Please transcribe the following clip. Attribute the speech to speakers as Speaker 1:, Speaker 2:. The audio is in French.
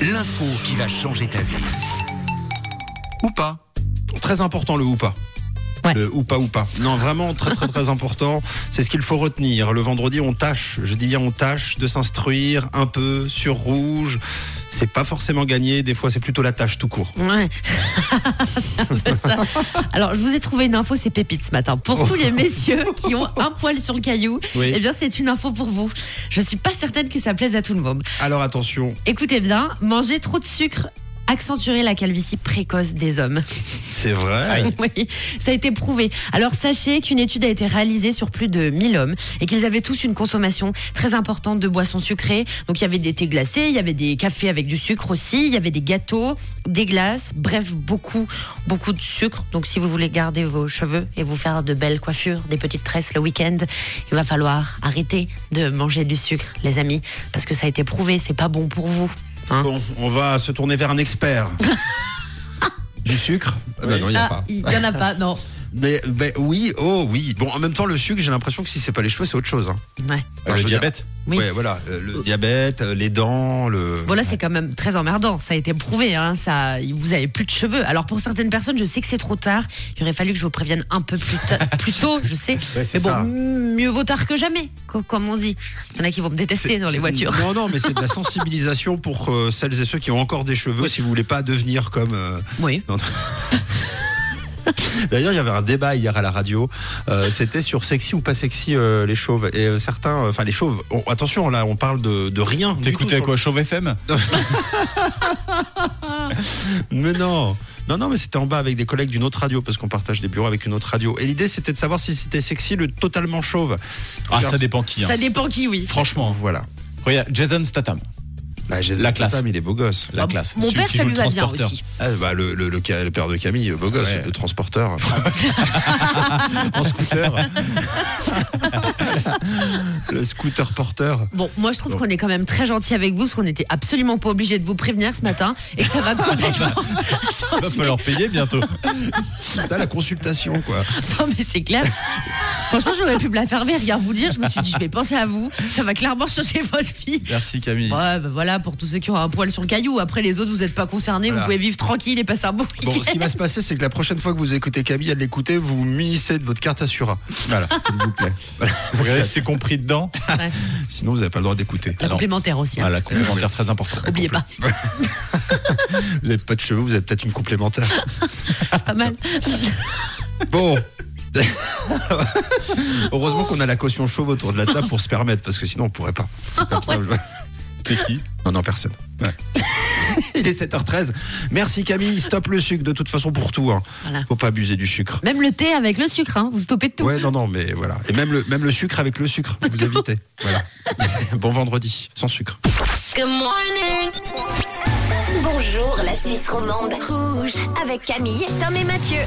Speaker 1: l'info qui va changer ta vie.
Speaker 2: Ou pas. Très important le ou pas.
Speaker 3: Ouais.
Speaker 2: Le ou pas ou pas. Non, vraiment très très très important. C'est ce qu'il faut retenir. Le vendredi, on tâche, je dis bien on tâche, de s'instruire un peu sur rouge. C'est pas forcément gagné, des fois c'est plutôt la tâche tout court.
Speaker 3: Ouais. C'est un peu ça. Oh. Alors, je vous ai trouvé une info, c'est pépite ce matin. Pour tous les messieurs qui ont un poil sur le caillou,
Speaker 2: Oui.
Speaker 3: eh bien, c'est une info pour vous. Je suis pas certaine que ça plaise à tout le monde.
Speaker 2: Alors attention,
Speaker 3: Écoutez bien, manger trop de sucre accentuerait la calvitie précoce des hommes.
Speaker 2: c'est vrai.
Speaker 3: Oui, ça a été prouvé. Alors sachez qu'une étude a été réalisée sur plus de 1000 hommes et qu'ils avaient tous une consommation très importante de boissons sucrées. Donc il y avait des thés glacés, il y avait des cafés avec du sucre aussi, il y avait des gâteaux, des glaces, bref, beaucoup, beaucoup de sucre. Donc si vous voulez garder vos cheveux et vous faire de belles coiffures, des petites tresses le week-end, il va falloir arrêter de manger du sucre, les amis, parce que ça a été prouvé, c'est pas bon pour vous. hein.
Speaker 2: Bon, on va se tourner vers un expert. du sucre Eh ben non, il n'y a
Speaker 3: Ah,
Speaker 2: pas.
Speaker 3: il y en a pas, non.
Speaker 2: Mais, mais oui, oh oui. Bon, en même temps, le sucre, j'ai l'impression que si c'est pas les cheveux, c'est autre chose. hein.
Speaker 3: Ouais.
Speaker 2: Enfin, je
Speaker 4: le
Speaker 2: veux dire-
Speaker 4: diabète.
Speaker 3: Oui.
Speaker 2: Ouais, voilà, euh, le diabète, euh, les dents, le.
Speaker 3: Bon là c'est quand même très emmerdant, ça a été prouvé, hein. ça, vous avez plus de cheveux. Alors pour certaines personnes, je sais que c'est trop tard, il aurait fallu que je vous prévienne un peu plus, ta- plus tôt, je sais.
Speaker 2: Ouais, c'est
Speaker 3: mais bon,
Speaker 2: ça.
Speaker 3: mieux vaut tard que jamais, co- comme on dit. Il y en a qui vont me détester dans les
Speaker 2: C'est-
Speaker 3: voitures.
Speaker 2: Non, non, mais c'est de la sensibilisation pour euh, celles et ceux qui ont encore des cheveux, si vous voulez pas devenir comme. euh,
Speaker 3: Oui.
Speaker 2: non, non. D'ailleurs, il y avait un débat hier à la radio. euh, C'était sur sexy ou pas sexy euh, les chauves. Et euh, certains, euh, enfin les chauves. on- attention, là, on parle de, de rien. du tout
Speaker 4: T'écoutais
Speaker 2: sur
Speaker 4: quoi Chauve FM
Speaker 2: Mais non Non, non, mais c'était en bas avec des collègues d'une autre radio, parce qu'on partage des bureaux avec une autre radio. Et l'idée, c'était de savoir si c'était sexy le totalement chauve.
Speaker 4: Ah,
Speaker 2: Alors,
Speaker 4: ça dépend qui. hein.
Speaker 3: Ça dépend qui, oui.
Speaker 4: Franchement,
Speaker 2: Voilà.
Speaker 4: regarde Jason Statham,
Speaker 2: Bah, Jason
Speaker 4: La classe.
Speaker 2: Statham, il est beau gosse.
Speaker 4: la
Speaker 3: Ah,
Speaker 4: classe.
Speaker 3: Mon
Speaker 4: Celui
Speaker 3: père,
Speaker 4: qui
Speaker 3: ça
Speaker 4: joue
Speaker 3: lui
Speaker 4: le
Speaker 3: va bien
Speaker 4: transporteur.
Speaker 3: aussi.
Speaker 2: Ah, bah, le, le, le ca- le père de Camille, beau gosse,
Speaker 4: Ouais.
Speaker 2: le transporteur. en scooter. le scooter porteur.
Speaker 3: Bon, moi je trouve qu'on est quand même très gentil avec vous, parce qu'on n'était absolument pas obligé de vous prévenir ce matin, et que ça va complètement
Speaker 4: Il va
Speaker 3: changer.
Speaker 4: falloir payer bientôt.
Speaker 2: C'est ça la consultation, quoi.
Speaker 3: Non mais c'est clair. Franchement, j'aurais pu me la fermer, rien vous dire. Je me suis dit, je vais penser à vous. Ça va clairement changer votre vie.
Speaker 4: Merci Camille.
Speaker 3: Ouais, bah voilà, pour tous ceux qui ont un poil sur le caillou. Après, les autres, vous n'êtes pas concernés.
Speaker 2: Voilà.
Speaker 3: Vous pouvez vivre tranquille et passer un bon week-end.
Speaker 2: Bon, ce qui va se passer, c'est que la prochaine fois que vous écoutez Camille, à l'écouter, vous vous munissez de votre carte Assura,
Speaker 4: Voilà.
Speaker 2: s'il vous plaît.
Speaker 4: Vous regardez si c'est compris dedans.
Speaker 3: Ouais.
Speaker 2: Sinon, vous n'avez pas le droit d'écouter.
Speaker 3: La
Speaker 4: non.
Speaker 3: complémentaire aussi. hein.
Speaker 4: Voilà, complémentaire très important.
Speaker 3: Oubliez pas,
Speaker 2: Vous n'avez pas de cheveux, vous avez peut-être une complémentaire.
Speaker 3: c'est pas mal.
Speaker 2: Bon. Heureusement qu'on a la caution chauve autour de la table pour se permettre, parce que sinon on pourrait pas. C'est comme ça, je-
Speaker 4: T'es qui
Speaker 2: Non, non, personne. Il est 7h13. Merci Camille, stop le sucre de toute façon pour tout. Hein.
Speaker 3: Voilà.
Speaker 2: Faut pas abuser du sucre.
Speaker 3: Même le thé avec le sucre, hein. vous stoppez de tout.
Speaker 2: Ouais, non, non, mais voilà. Et même le, même le sucre avec le sucre, vous évitez. Voilà. bon vendredi, sans sucre.
Speaker 5: Good morning.
Speaker 6: Bonjour la Suisse romande. Rouge. Avec Camille, Tom et Mathieu.